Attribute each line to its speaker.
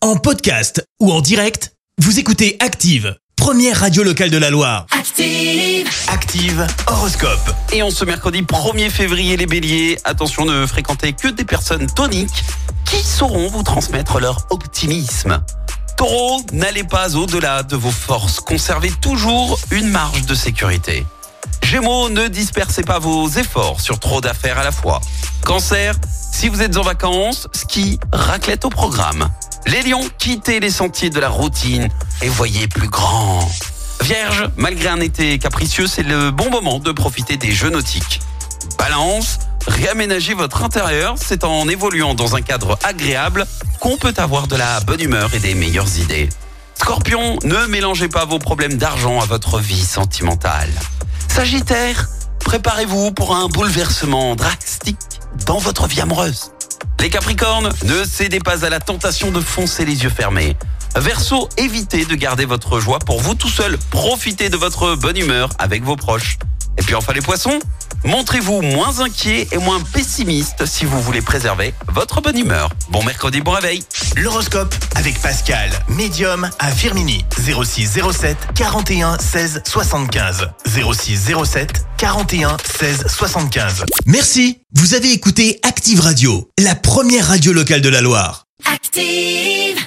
Speaker 1: En podcast ou en direct, vous écoutez Active, première radio locale de la Loire.
Speaker 2: Active,
Speaker 1: Active Horoscope.
Speaker 3: Et en ce mercredi 1er février, les béliers, attention, ne fréquentez que des personnes toniques qui sauront vous transmettre leur optimisme. Taureau, n'allez pas au-delà de vos forces, conservez toujours une marge de sécurité. Gémeaux, ne dispersez pas vos efforts sur trop d'affaires à la fois. Cancer, si vous êtes en vacances, ski, raclette au programme. Les lions, quittez les sentiers de la routine et voyez plus grand. Vierge, malgré un été capricieux, c'est le bon moment de profiter des jeux nautiques. Balance, réaménagez votre intérieur, c'est en évoluant dans un cadre agréable qu'on peut avoir de la bonne humeur et des meilleures idées. Scorpion, ne mélangez pas vos problèmes d'argent à votre vie sentimentale. Sagittaire, préparez-vous pour un bouleversement drastique dans votre vie amoureuse. Les Capricornes, ne cédez pas à la tentation de foncer les yeux fermés. Verseau, évitez de garder votre joie pour vous tout seul. Profitez de votre bonne humeur avec vos proches. Et puis enfin les Poissons, montrez-vous moins inquiets et moins pessimistes si vous voulez préserver votre bonne humeur. Bon mercredi, bon réveil.
Speaker 1: L'horoscope avec Pascal, médium à Firmini. 06 07 41 16 75. 06 07 41 16 75. Merci, vous avez écouté Active Radio, la première radio locale de la Loire.
Speaker 2: active.